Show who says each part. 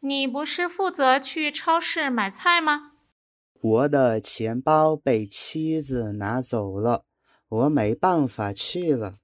Speaker 1: 你不是负责去超市买菜吗？
Speaker 2: 我的钱包被妻子拿走了，我没办法去了。